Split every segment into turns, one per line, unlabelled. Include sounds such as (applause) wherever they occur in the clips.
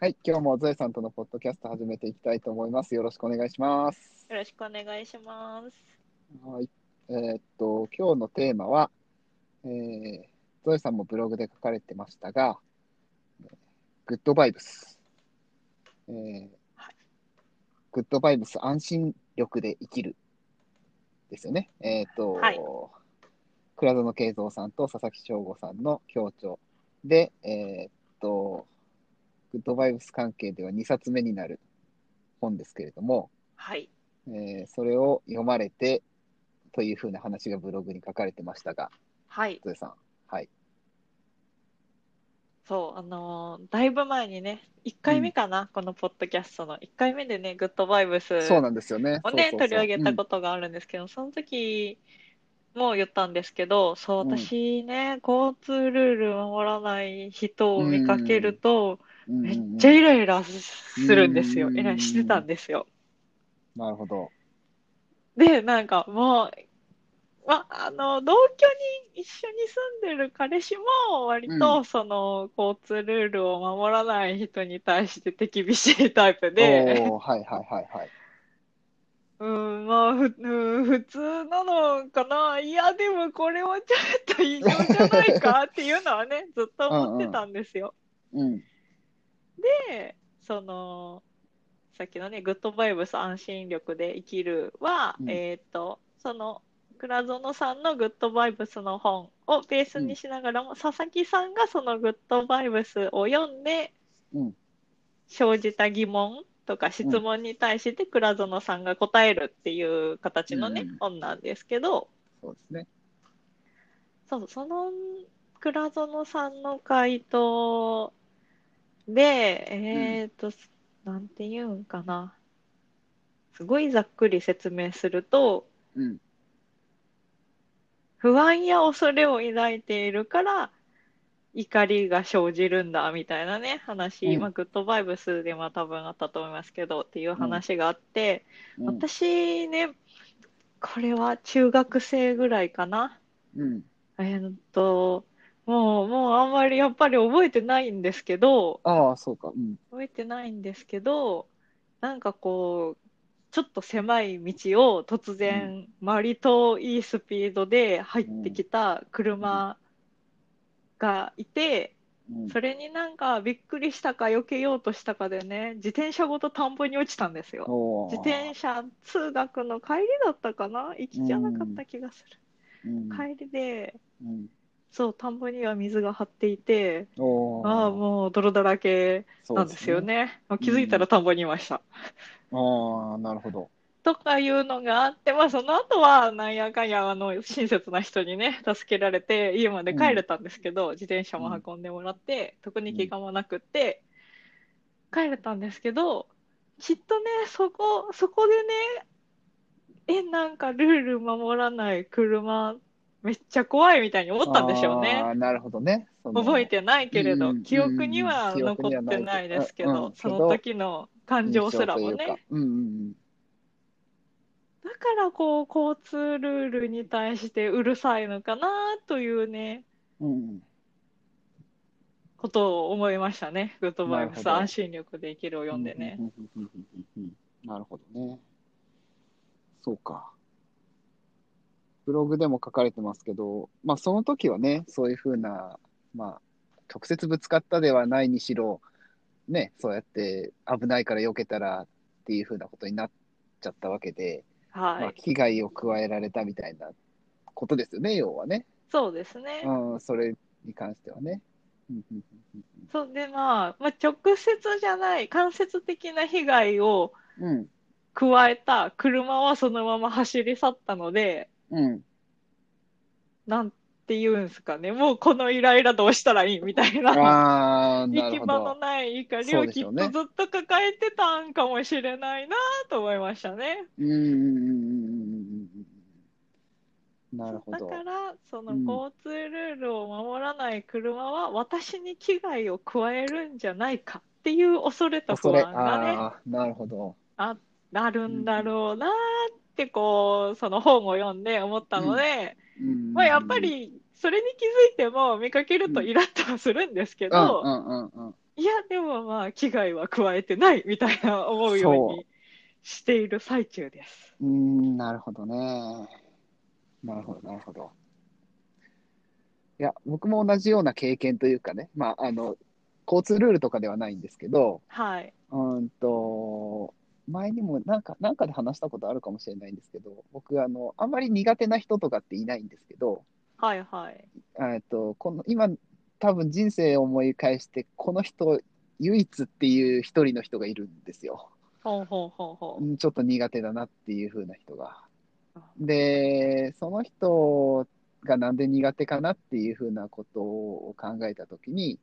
はい、今日もゾエさんとのポッドキャスト始めていきたいと思います。よろしくお願いします。
よろしくお願いします。
はい、えーっと、今日のテーマは、えー、ゾエさんもブログで書かれてましたが、グッドバイブス。えー
はい
グッドバイブス安心力で生きる。ですよね。えーっと、
はい
倉園慶三さんと佐々木翔吾さんの協調で、えーっと、グッドバイブス関係では2冊目になる本ですけれども、
はい。
えーそれを読まれてというふうな話がブログに書かれてましたが、
はい。
ゾエさん。はい。
そう、あのーだいぶ前にね、1回目かな、このポッドキャストの。1回目でね、グッドバイブスをね、
そうなんですよね。そうそうそう
取り上げたことがあるんですけど、その時も言ったんですけど、そ
う
う、
ん
私ね、交通ルール守らない人を見かけると、
うん
めっちゃ
うん
イライラするんですよ。
うん
イライラしてたんですよ。
うんなるほど。
で、なんかもう、ま、あの、同居に一緒に住んでる彼氏も、割
う
と、その、交通ルールを守らない人に対して手厳しいタイプで、
おーはいはいはいはい。
うん、まあ、ふ、うん普通なのかな。いや、でもこれはちょっと異常じゃないかっていうのはね、ずっと思ってたんですよ。
うん。
で、その、さっきのね、グッドバイブス安心力で生きるは、
うん
えっと、その、倉園さんのグッドバイブスの本をベースにしながらも、佐々木さんがそのグッドバイブスを読んで、
うん
生じた疑問とか質問に対して倉園さんが答えるっていう形のね、
うん
本なんですけど、
そうですね。
そう、その倉園さんの回答で、えっと、なんていうんかな。すごいざっくり説明すると、
うん。
不安や恐れを抱いているから、怒りが生じるんだ、みたいなね、話、
うん
まあ、グッドバイブスでも多分あったと思いますけど、っていう話があって、
うん。
私ね、これは中学生ぐらいかな。
うん。
えーっと、もう、もうあんまりやっぱり覚えてないんですけど、
ああ、そうか。うん。
覚えてないんですけど、なんかこう、ちょっと狭い道を突然、割といいスピードで入ってきた車がいて、
うん、
それになんかびっくりしたか避けようとしたかでね、自転車ごと田んぼに落ちたんですよ。
おー
自転車通学の帰りだったかな行きじゃなかった気がする。
うん
帰りで、
うん
そう、田んぼには水が張っていて、
おー
ああ、もう泥だらけ
そう
なんですよ
ね。
ね。もう気づいたら田んぼにいました。
ああ、なるほど。
とかいうのがあって、まあ、その後は、なんやかんや、あの、親切な人にね、 (laughs) 助けられて、家まで帰れたんですけど、自転車も運んでもらって、特に怪我もなくって、帰れたんですけど、きっとね、そこ、そこでね、え、なんかルール守らない車、めっちゃ怖いみたいに思ったんでしょうね
あ。あ、なるほどね。その
(laughs) 覚えてないけれ
う
ど
ん、
記憶には
うん
残ってないですけ
記憶には
ど
な、いけ
そ
どうん
の時の感情すらも
印象という
ね
か。うんうん
だからこう、交通ルールに対してうるさいのかなというね、
うん。うん
ことを思いましたね。グッドバイ
な
ブ
るほ
ス
ど
安心力で生きるを読んでね
う。んうんうんうんうんうんうん。なるほどね。そうか。ブログでも書かれてますけど、まあその時はね、そういうふうな、まあ、直接ぶつかったではないにしろ、ね、そうやって危ないから避けたらっていうふうなことになっちゃったわけで、
は
まあ
い。
危害を加えられたみたいなことですよね、要はね。
そうですね。
うん、それに関してはね。うんうんうん
そうで、まあ、まあ、直接じゃない、間接的な被害を
うん
加えた車はそのまま走り去ったので、
うん。うん。
なんて言うんですかね。もうこのイライラどうしたらいいみたいな。
ああ、な
行き
るほ
場の
ど。
ない怒り
そう
を
で
き
し
っ
ょう
と
ね
ずっと抱えてたんかもしれないなと思いましたね。
うんうんうんうんうんうん。なるほ
だ
ど。
からその
うん
交通ルールを守らない車は私に危害を加えるんじゃないかっていう恐れと不
それ、
安がね
ああ、なるほど。
なるんだろうなってこうその本を読んで思ったので、
うん
まあ、やっぱりそれに気づいても見かけるとイラッとはするんですけ
うん
ど、
うんうんうん。
いや、でもまあ、危害は加えてないみたいな思うようにしている最中です。
うーん、なるほどね。なるほど、なるほど。いや、僕も同じような経験というかね、まあ、あの、交通ルールとかではないんですけど、
はい。
うーんと、前にもなんか、なんかで話したことあるかもしれないんですけど、僕、あの、あんまり苦手な人とかっていないんですけど、
はいはい。
えっと、この、今、多分人生を思い返して、この人、唯一っていう一人の人がいるんですよ。
ほうほうほうほ
うんちょっと苦手だなっていう風な人が。で、その人がなんで苦手かなっていう風なことを考えたときに、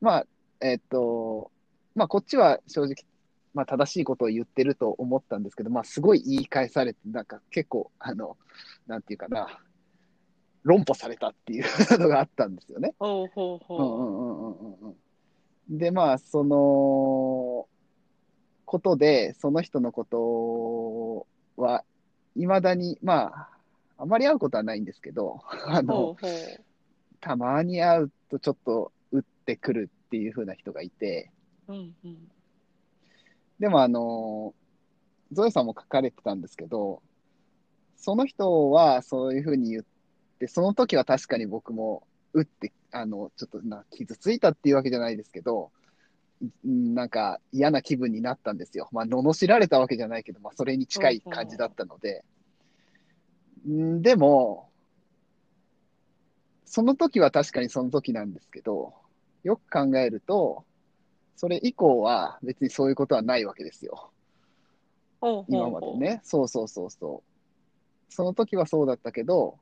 まあ、えっと、まあ、こっちは正直、まあ、正しいことを言ってると思ったんですけど、まあ、すごい言い返されて、なんか結構、あの、なんていうかな、論破されたっていうのがあったんですよね。
う。ほうほう
う
ほ
ん
う。
うんうんうんうんうん。で、まあ、その、ことで、その人のことは、いまだに、まあ、あまり会うことはないんですけど、あの、
ほうほう。
たまに会うとちょっと打ってくるっていう風な人がいて、
うんうん。
でもあの、ゾエさんも書かれてたんですけど、その人はそういうふうに言って、その時は確かに僕も、うって、あの、ちょっとな、傷ついたっていうわけじゃないですけど、うんなんか嫌な気分になったんですよ。まあ、罵られたわけじゃないけど、まあ、それに近い感じだったので。うんでも、その時は確かにその時なんですけど、よく考えると、それ以降は別にそういうことはないわけですよ。
ほうほう
今まで。ね。そうそうそうそう。その時はそうだったけど、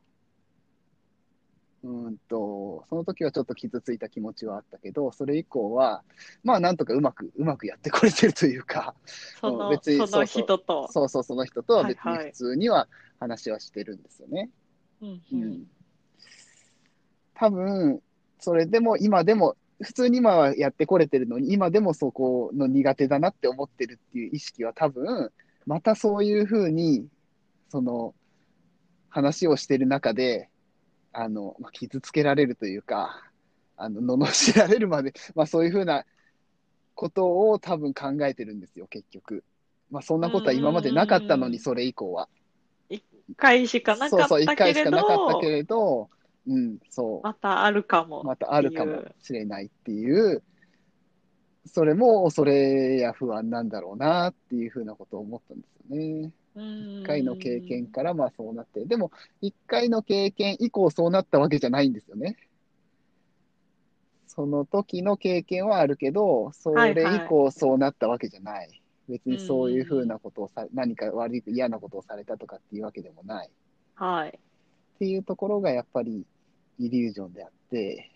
うーんと、その時はちょっと傷ついた気持ちはあったけど、それ以降は、まあなんとかうまく、うまくやってこれてるという
(laughs)
か、
そ
うん
の、
別に
その
そうそう
人と。
そうそう、その人とは別に
はいはい
普通には話はしてるんですよね。
うん
う
うん。
ん。多分、それでも今でも、普通に今はやってこれてるのに、今でもそこの苦手だなって思ってるっていう意識は多分、またそういうふうに、その、話をしてる中で、あの、まあ、傷つけられるというか、あの、罵られるまで、 (laughs) まあそういうふうなことを多分考えてるんですよ、結局。まあそんなことは今までなかったの
うんうんうん
に、それ以降は。
一回しかなかっ
そうそう、
た
一
け
回し
れ
かなかった
ど
け、れど、うん、そう、
またあるかも。
またあるかもしれないっていう、それも恐れや不安なんだろうなっていうふうなことを思ったんですよね。
一
一回の経験からまあそうなって、でも一回の経験以降そうなったわけじゃないんですよね。その時の経験はあるけど、それ以降そうなったわけじゃない。別にそういうふうなことをさ、何か悪い、嫌なことをされたとかっていうわけでもない。
はい。
っていうところがやっぱりイリュージョンであって、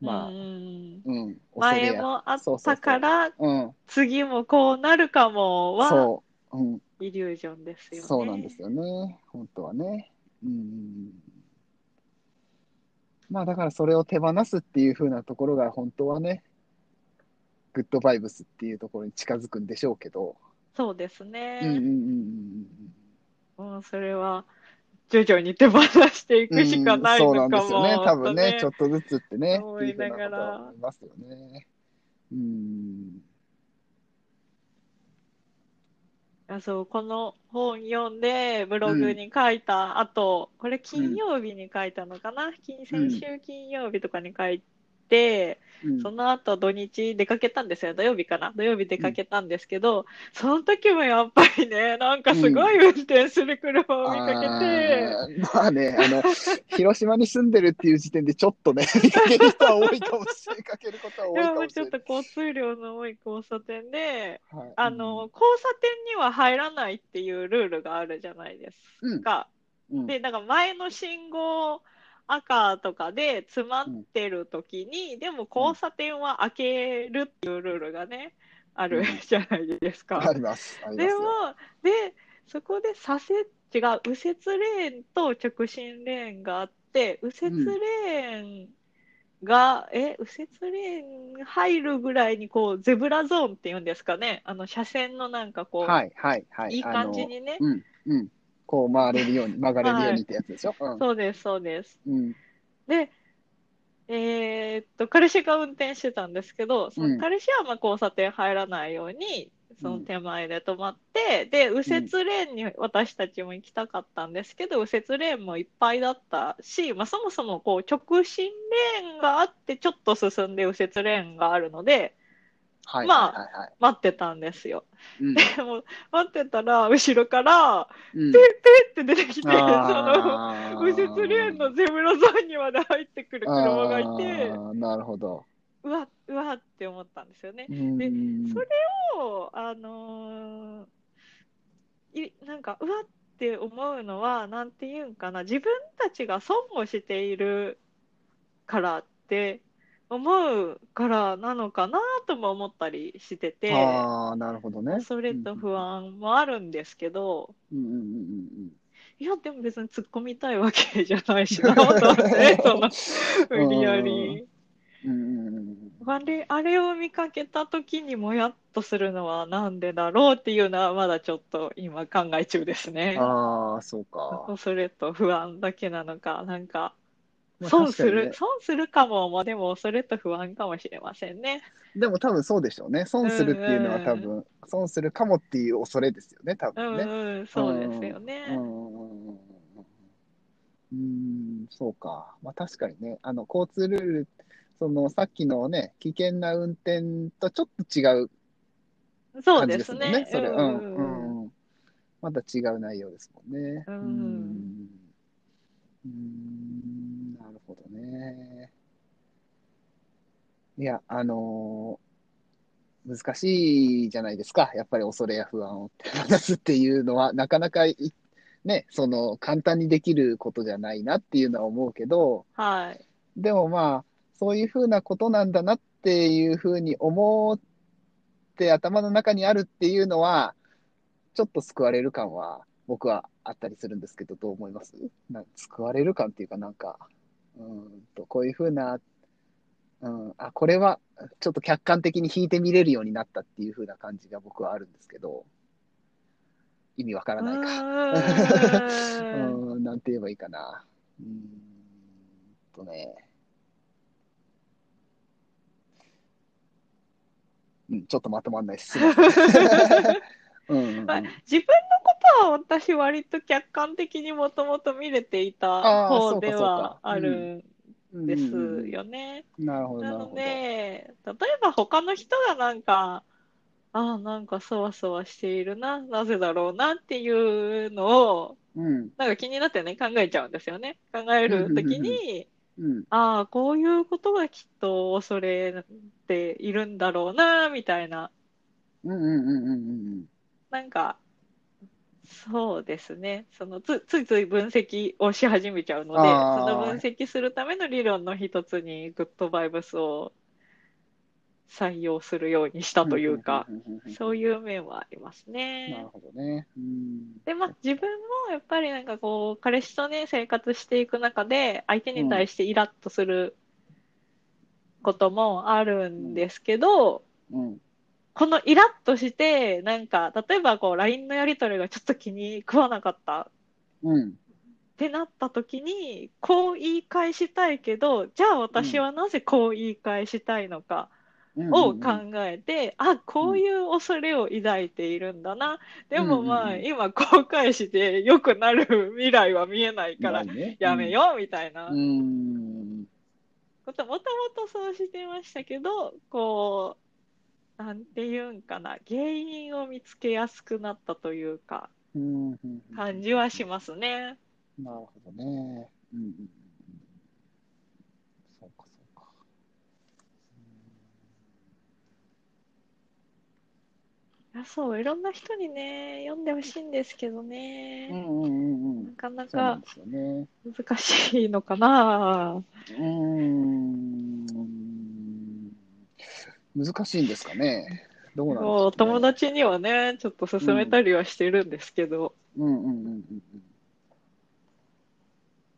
まあ
うんうん
うん、恐れ
前
や
もあっ
そうそう
た
そ
か
う
ら、
うん、
次もこうなるかもは、
そう、うん、
イリュージョンですよね。
そうなんですよね、本当はね。うんうんうん、まあだからそれを手放すっていう風なところが本当はね、グッドバイブスっていうところに近づくんでしょうけど、
そうです
うんうんうん
ね。うん、それは、徐々に手放してい
うんうん、うん
くしかない
そうな
のかも。
んですよね、多分ね、ちょ
っ
っとずつってね、
思いな
ってい
がら
う風なことは思いますよね。うん
と。そう、この本読んで、ブログに書いた後、これ金曜日に書いたのかな、金先週金曜日とかに書いて、
うん
その後土日出かけたんですよ。土曜日かな。土曜日出かけたんですけど、その時もやっぱりね、なんかすごい運転する車を見かけて、
あーまあね、あの、 (laughs) 広島に住んでるっていう時点でちょっとね、見かける人は多いかもしれない。見かけることは多
い
い
や
か
も
も
う
し
ちょ
れ
っ
ない。
と交通量の多い交差点で、
はい
あの、、交差点には入らないっていうルールがあるじゃないですか。
うん、
で、なんか前の信号赤とかで詰まってる時に、でも交差点は開けるっていうルールがね、あるじゃないですか。
あります。あります
で
よ
も、で、そこで左折、違う、右折レーンと直進レーンがあって、右折レーンが、え、右折レーン入るぐらいに、こう、ゼブラゾーンって言うんですかね。あの、車線のなんかこう、
はい、はい、はい。
いい感じにね
あ。の。うん、うん。こう回れるように、曲がれるようにってやつでしょ。うん
そうです、そうです。
うん。
で、えーっと、彼氏が運転してたんですけど、その
うん
彼氏はまあ交差点入らないように、その
うん
手前で止まって、で、右折レーンに私たちも行きたかったんですけど、右折レーンもいっぱいだったし、まあそもそもこう直進レーンがあって、ちょっと進んで右折レーンがあるので、
はい
まあ
はいはいはい。
待ってたんです
(laughs)
よ。
うん
でも、待ってたら、後ろから、
うん
ペッペッって出てきて、その、
あ
(laughs)
ー
右折レーンのゼブラゾーンにまで入ってくる車がいて
あ、ーなるほど。
うわうわって思ったんですよね
う。ん
それもうあのーいなんかうわって思うのはなんていうんかな自分たちが損をしているからって思うからなのかなとも思ったりしてて
ああ、なるほどね。
それと不安もあるんですけど
うんうんうんうん
いやでも別に突っ込みたいわけじゃないしなと思ってそ
(laughs)
の無理やり。
うんうんうんうん
あれ、あれを見かけた時にもやっとするのはなんでだろうっていうのはまだちょっと今考え中ですね。
ああ、そうか。
恐れと不安だけなのか、なんか、
まあ
損す
確かに
る、
ね
損するかも、まあでも恐れと不安かもしれませんね。
でも多分そうでしょうね。損するっていうのは多
う
分、損するかもっていう恐れですよね、多
う
分
ん
ね。
うん、そうですよね。
うんうんうんうんうん、うーんそうか、まあ、確かにね、あの交通ルール、そのさっきのね、危険な運転とちょっと違う
そう
感じ
で
ですすもん
ね
ね、。それ、う
うん
んうんうん、また違う内容ですもんね。
うん
うーん、なるほどね。いや、あのー難しいじゃないですか、やっぱり恐れや不安を手放すっていうのは、なかなかいね、その簡単にできることじゃないなっていうのは思うけど、
はい。
でもまあ、そういうふうなことなんだなっていうふうに思って頭の中にあるっていうのは、ちょっと救われる感は僕はあったりするんですけど、どう思いますな救われる感っていうかなんか、うーんと、こういうふうな、うん、あ、これはちょっと客観的に引いて見れるようになったっていうふうな感じが僕はあるんですけど、意味わからないか。
うーん。
うん、なんて言えばいいかな。うーんとね。うん、ちょっとまとまんないです。すいません
(laughs)
うんうんうん
まあ (laughs) 自分のことは私割と客観的にもともと見れていた
あーそ
方
うか
ではある
うん
んですよね。
なるほど、な
な
る
の
ほど。
で、例えば他の人がなんか、ああ、なんかそわそわしているな、なぜだろうなっていうのを、
うん、
なんか気になってね、考えちゃうんですよね。考えるとき
うんうん
に、
うん、
ああ、こういうことがきっと恐れているんだろうな、みたいな。
うん、うん、うん、うん
なんか、そうですね。そのつ、ついつい分析をし始めちゃうので、
あー
その分析するための理論の一つに、グッドバイブスを採用するようにした
うん。
というか、
んんうんうん、
そういう面はあります
なる
ね。
ほどね。うん。
で、まあ、自分もやっぱりなんかこう、彼氏とね、生活していく中で、相手に対してイラッとすることもあるんですけど、
うん、
このイラッとして、なんか、例えばこう、LINE のやり取りがちょっと気に食わなかったっ
うん、
てなった時に、こう言い返したいけど、じゃあ私はなぜこう言い返したいのか
うん。
を
うん
考えて、あ、こういう恐れを抱いているんだな。でもま
うん
あ、
うんうん
今後悔して良くなる未来は見えないから、
ないね
やめようみたいな
うん。うん。
こともともとそうしてましたけどこうなんていうんかな原因を見つけやすくなったというか
うんうんうん
感じはしますね。
なるほどね。うんうんうんうん。そうか、そうか。
いやそういろんな人にね読んでほしいんですけどね、
うんうんうんう。
なんかな
そうなん
か
ですよね。
難しいのかな。
うーん。難しいんですかね。どうなんでし
も
ょ
う
う、ね。
友達にはねちょっと勧めたりはしてるんですけど、
うんうんうんうん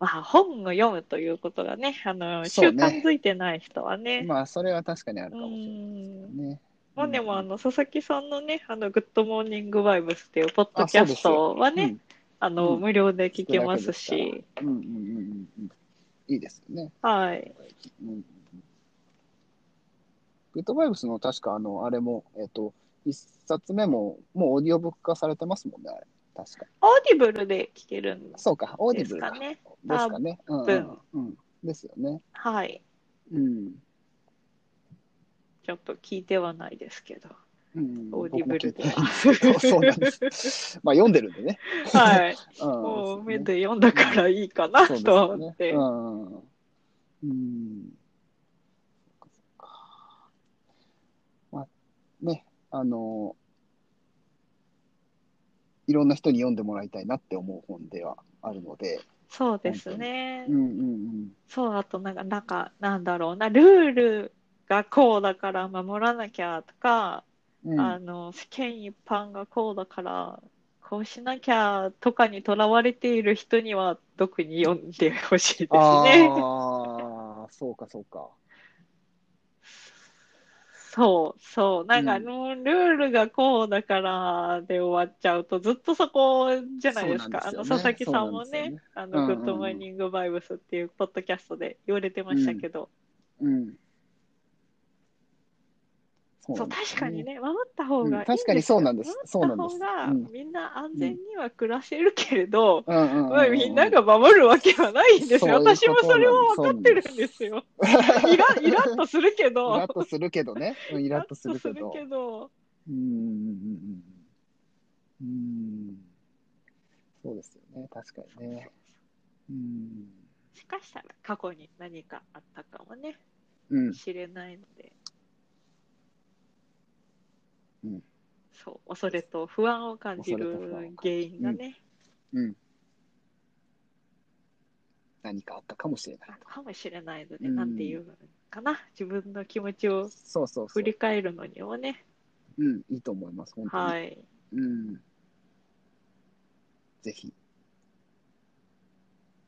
まあ本を読むということがねあの
そ
習
うね
慣づいてない人は
うん。
ね。
まあ、それは確かにあるか
う
もしれない
ん
ですね。
まあでもあの佐々木さんのね、あのグッドモーニングバイブスっていうポッド
あ
キ
そう
ャ
で
ス
すよ
トはね、あの
うん
無料で聞けます
聞くだけ
し、
うんうんうんうんうん。いいですよね。
はい。
うん、グッドバイブスの確かあの、あれも、えっ、と、一冊目も、もうオーディオブック化されてますもんね、あれ。確か。
オーディブルで聞けるんで
そうか、オーディブ
す
ルだ
かね。
ですかね。うん、うんうん。ですよね。
はい。
うん。
ちょっと聞いてはないですけど。
うん、
オーディブルで
僕も聞いて
は
ないんですけどそうなんです。まあ、読んでるんでね。
はい。
うん
も
(laughs)
う
そう
目
ね
で読んだからいいか
そ
な
うです
と
よ
思
ね
っ。
う
て。
んうんうん。まあね、あの、いろんな人に読んでもらいたいなって思う本ではあるので、
そうですね
う。んうん
そう、あとなんか、なんか、なんだろうな、ルールがこうだから守らなきゃとか、
うん。うん、
あの、世間一般がこうだから、こうしなきゃとかにとらわれている人には、特に読んでほしいですね。
ああ、そうかそうか。
そうそう。なんか、
うん
もうルールがこうだからで終わっちゃうと、ずっとそこじゃないですか。
そうな
あ
んで
の、
すよね
佐々木さんも
そうなん
ね、
で
あ
う
の、
んう
グ
ん
ッドモーニングバイブスっていうポッドキャストで言われてましたけど、
うん。そ
そう、
なんです
確
よ
かに。ね、守った方
うん
がいいん
確かに
ですよ
そうなんですそうなんです
守った方
うん
がみんな安全には暮らせるけれど、
うんうんうんうん
まあみんなが守るわけはないんですよ。
そういうことなんです
私もそれは分かってるんで
(laughs)
すよ。イライラッとするけ
イ
ど、
ラッとするけどね。うんイ
イ
ラッとするけ
ラッ
ど
と。ど
うんうんうんうんうん。うん。そうですよね。確かにね。うん。
しかしたら過去に何かあったかもね、
うん。
知れないので。
うん
そう、恐れと不安を感じ
恐れと不安を
る
感
原因がね、
うん。何かあったかもしれない
あるかもしれないの
う
で、
ん
なんていうのかな、自分の気持ちを
と。そうそうそ
振
う
り。返るのにもね、
うん。いいと思います。本当に。
はい、
うん。ぜひ、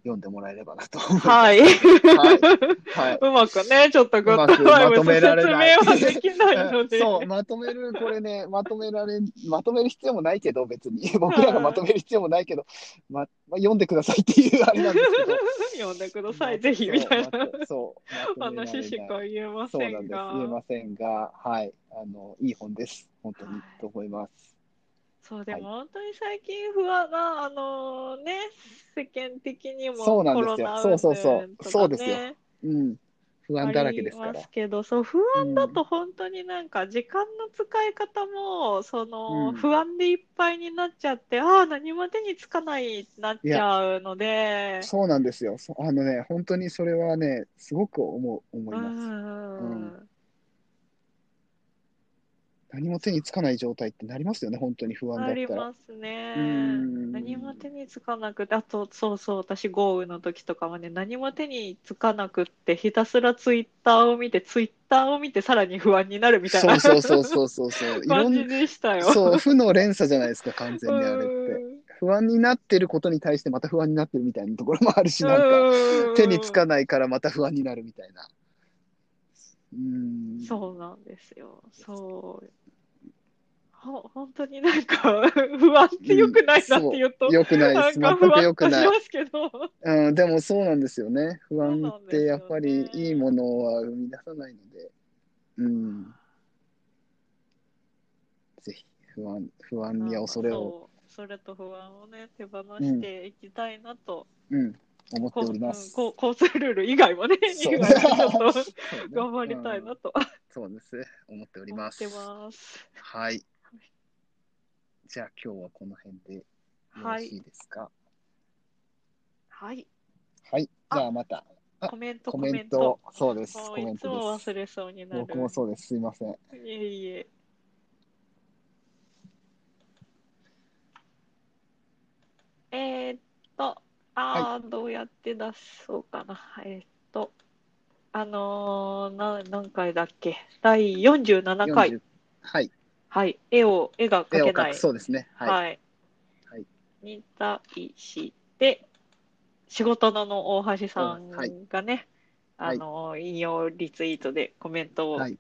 読んでもらえればなと思います。
はい。
はい。
うまくね、ちょっとグッド
うまく
バイ
まと
ブス
め
説明
られ
(laughs)
ない
はできないので、
そう、まとめる、これね、まとめられ、まとめる必要もないけど、別
(laughs)
に。僕らがまとめる必要もないけど、ま、ま読んでくださいっていうあれなんですけど。
読んでくだ
ま
さい、ぜひ、みたいな
まそう。まとめられない
話しか言えま
そう
せ
なんで
ん
す。
が、
言えませんが、はい。あの、いい本です。本当に、
はい
と思います。
そう、でも本当に最近不安な、あのね、世間的にも
そうなんで
コ
すよ
ロナ
そうそうそう
云々とかね
そうですようん。不安だらけですか
ありま
ら
す。けど、そう、不安
うん
だと本当になんか時間の使い方も、その、
うん
不安でいっぱいになっちゃって、ああ、何も手につかないってなっちゃうので、
そうなんですよ。そあのね、本当にそれはね、すごく思う、思います。
うん
何も手につかない状態ってなりますよね、本当に不安だ
あ
っ
り
たら。
ますね
うん。
何も手につかなくて、あと、そうそう、私、豪雨の時とかはね、何も手につかなくって、ひたすらツイッターを見て、ツイッターを見て、さらに不安になるみたい
そう
な
そうそう
(laughs)
そうそうそう。いろ
感じ
ん
でしたよ。
そう、負の連鎖じゃないですか、完全にあれっ
う
て。
ん
不安になってることに対してまた不安になってるみたいなところもあるし、なんか、
うん
手につかないからまた不安になるみたいな。うん。
そうなんですよ。そう。ほ本当になんか (laughs) 不安って良くないなって言うと、
よくない
な
で
ん
す。
か
全
不
く
安
よく
とし (laughs)
ない。
ますけど、
うん、でもそうなんですよね。不安
そうなん
っ
です
て
よね
やっぱりいいものは生み出さないので、うん。ぜひ、不安、不安や恐れを、
そうそれと不安をね手放していきたいなと、
うん、思って
こ
お
う
り
ん
ます。
こう交通ルール以外もね (laughs) 以
そう
外もち
(laughs) そう
ょっと
ね
頑張りたいな
うん
と
そうです。思っており
思
ま
っ
す。
てます。
はい。じゃあ今日はこの辺でよろ
は
し
い
いですか。
はい
はい。
あ
じゃあまた、あ
コメント
コ
コ
メ
メ
ン
ント
ト、そうです。
も
コ
う
メ
い
ン
つ
ト
も
です
忘。れそうになる。
僕もそうです。すいません。
いえいえ。えー、っと、あー、どうやって出そうかな。えー、っと、あのーな、何回だっけ第47回。
40はい。
はい。絵を、絵が
絵
描
を
け
描
な
く。
い。
そうですね。はい。
はい。
はい
に対して、仕事のの大橋さんがね、
はい
あのー引用リツイートでコメントを、
はい。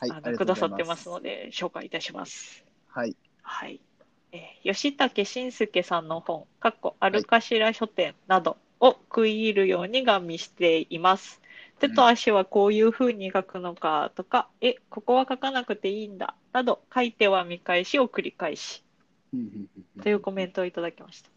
はい、
あ
ありがと
のく
うご
だ
ざ
さ
い
ってますので、紹介いたします。
はい。
はい。えー吉武慎介さんの本、かっこ、あるかしら書店などを、を食い入るようにガン見しています。手と足はこういう風に描くのかとか、え、ここは描かなくていいんだ、など、書いては見返しを繰り返し、というコメントをいただきました。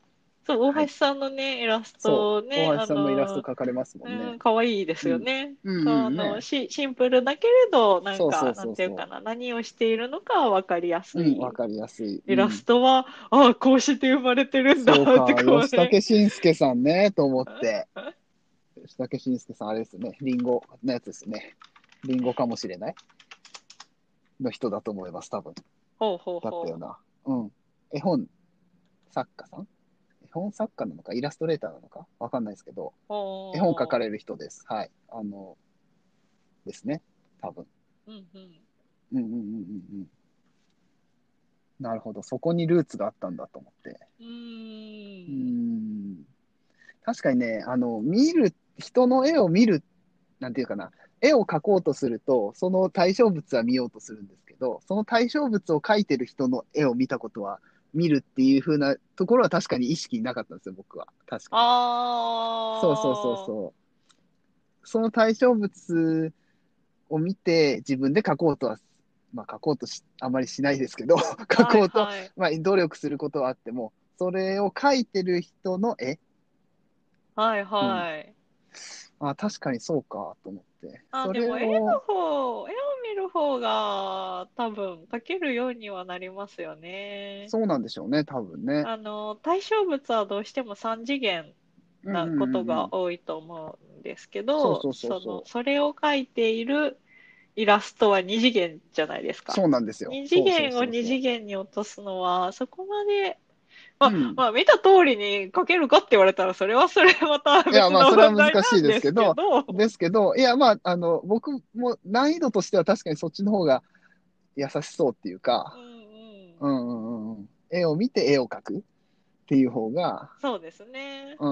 そう、
はい
大橋さんのね、イラス
そ
ト
う、
ね、
大橋さんのイラスト
か
描かれますもん
うん、
ね。
可愛いですよね。
うん
そう
う
あ
ん
の
ね
しシンプルだけれど、なん
そうそうそう
か、
そう
なんていうかな、何をしているのかは分かりやす
う
い
ん、わかりやすい。
イラストは、ああ、こうして生まれてるんだ
そうか、
ってこ
吉
うね。
武慎介さんね、と思って。吉武慎介さん、あれですよね、リンゴのやつですよね。リンゴかもしれないの人だと思います、多分。だ
ほうほう
ったよ
ほ
な。うん。絵本作家さん絵本作家なのか、イラストレーターなのか、わかんないですけど、
う。
絵本書か
れ
れる人です。はい。あの、ですね、多分。
うんうん。
うんうんうんうんうん。なるほど、そこにルーツがあったんだと思って。
う
うー
ーん。
ん確かにね、あの、見る、人の絵を見る、なんていうかな、絵を描こうとすると、その対象物は見ようとするんですけど、その対象物を描いてる人の絵を見たことは、見るっていう風なところは確かに意識なかったんですよ、僕は。確かに。
ああ。
そうそうそうそう。その対象物を見て、自分で描こうとは、まあ描こうとし、あまりしないですけど、 (laughs) 描こうと
はいはい
まあ、努力することはあっても、それを描いてる人の絵、
はいはい。
あ確かにそうかと思って、
あ
そ
で
れ
も絵の
を、
方、絵を見る方が多分描けるようにはなりますよね。
そうなんでしょうね、多分ね。
あの対象物はどうしても3次元なことが多いと思うんですけど、
そうそうそうそう
のそれを描いているイラストは2次元じゃないですか。
そうなんですよ。
2次元を
そうそうそうそう
2次元に落とすのはそこまで、まあ
うん
まあ、見た通りに描けるかって言われたらそれはそれまた別
いやまあ
の
それは
問題なんで
難しい
す
です
け
けど
ど、
ですけど、いや、まあ、あの、僕も難易度としては確かにそっちの方が優しそうっていう
う
か、
んう、
うんんうんうんうん、絵を見て絵を描くっていう方が、
そうですね。
う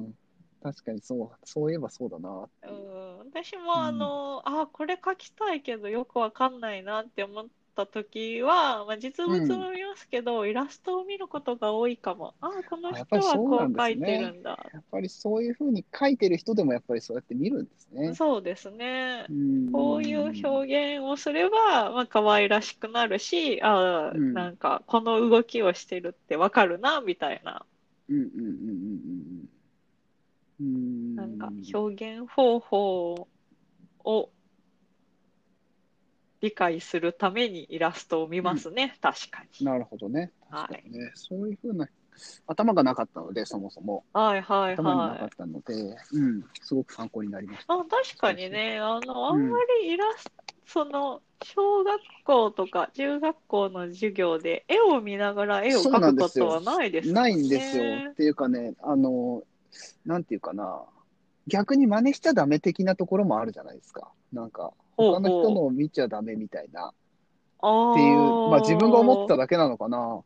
ん、確かにそう、そういえばそうだなっていう。
うん、私もあの、あこれ描きたいけどよくわかんないなって思った時は、まあ、実物も見ますけど、イラストを見ることが多いかもあこの
あやっ
人
ぱり
は
そうな
こ
ん
う
です
描
ね
いてるんだ
やっぱりそういうふうに描いてる人でもやっぱりそうやって見るんですね。
そうですね
うん
こういう表現をすれば、まあ、可愛らしくなるしあー
うん
なんかこの動きをしてるってわかるなみたいな
うんうんうんうんうんうん。
なんか
表
表現方法を理解するためにイラストを見ますね、確かに。
なるほどね。
は
確
い
かにね。そういうふうな頭がなかったので、そもそも。
はいはい
頭になか
は
っ
い。
たので、うん、すごく参考になりました。
あ確かにね、あの、あ
うん
んまりイラスト、その、小学校とか中学校の授業で絵を見ながら絵を
そうなん
描く
で
こ
すよ
とはないですもね。
ないんですよ。っていうかね、あの、なんていうかな、逆に真似しちゃダメ的なところもあるじゃないですか。なんか、
ほうほ
他
う
の人のを見ちゃダメみたいな。
あー
っていう、まあ自分が思っただけなのかな。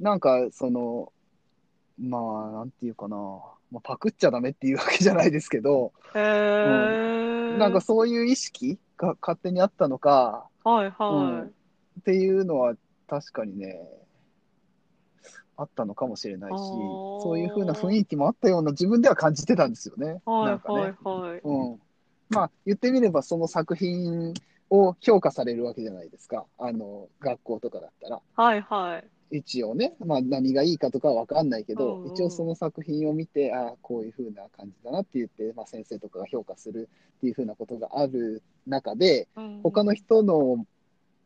なんか、その、まあ、なんていうかな。まあ、パクっちゃダメっていうわけじゃないですけど、
へー
なんかそういう意識が勝手にあったのか
はいは
うんっていうのは確かにね、あったのかもしれないし、
あー
そういう風な雰囲気もあったような自分では感じてたんですよね。
い。は
ないんかね。
はいはい。
うん。まあ、言ってみればその作品を評価されるわけじゃないですか。あの、学校とかだったら。
はいはい。
一応ね、まあ、何がいいかとかは分かんないけど、
うんうん
一応その作品を見てああこういう風な感じだなって言って、まあ、先生とかが評価するっていう風なことがある中で
うん
他の人の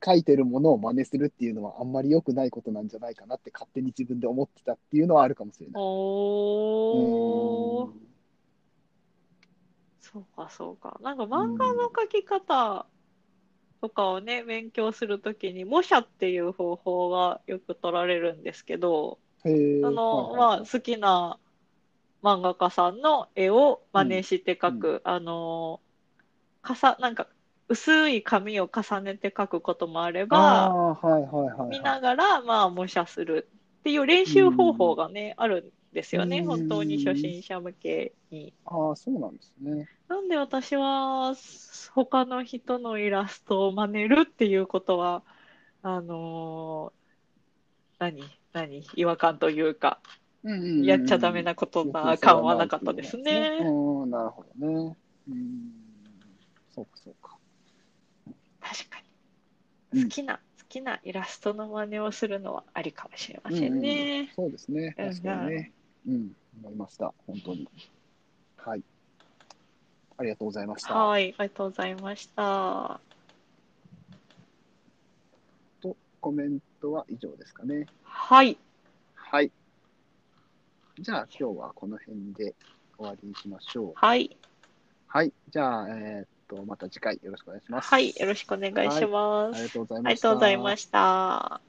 書いてるものを真似するっていうのはあんまり良くないことなんじゃないかなって勝手に自分で思ってたっていうのはあるかもしれない。
おー
う。ん
そうかそうか。なんか漫画の描き方とかをね、勉強するときに、模写っていう方法がよく取られるんですけど、
へー
その、
はいはい
まあ、好きな漫画家さんの絵を真似して描く、あの、かさ、なんか、薄い紙を重ねて描くこともあれ
あー
ば、
はいはいはいはい。
見ながら、まあ、模写するっていう練習方法がね、あるんですよね。
うん
本当に初心者向けに。
ああそうなんですね。
なんで私は他の人のイラストを真似るっていうことは、あのー何、何、違和感というか、
うんうんうん
やっちゃダメなことな感はなかったですね。
うん、なるほどね。うん。そうか、そうか。
確か
う
に。
ん
好きな、好きなイラストの真似をするのはありかもしれませんね。
そうですね。
うんうん
確かにね。うん、思いました。本当に。はい。ありがとうございました。
はい、ありがとうございました。
と、コメントは以上ですかね。
はい、
はい。じゃあ、今日はこの辺で終わりにしましょう。
はい、
はい。じゃあ、えーっと、また次回よろしくお願いします。
はい、よろしくお願いします。
ありがとうござい
あ
ま
りが
した。
とうございました。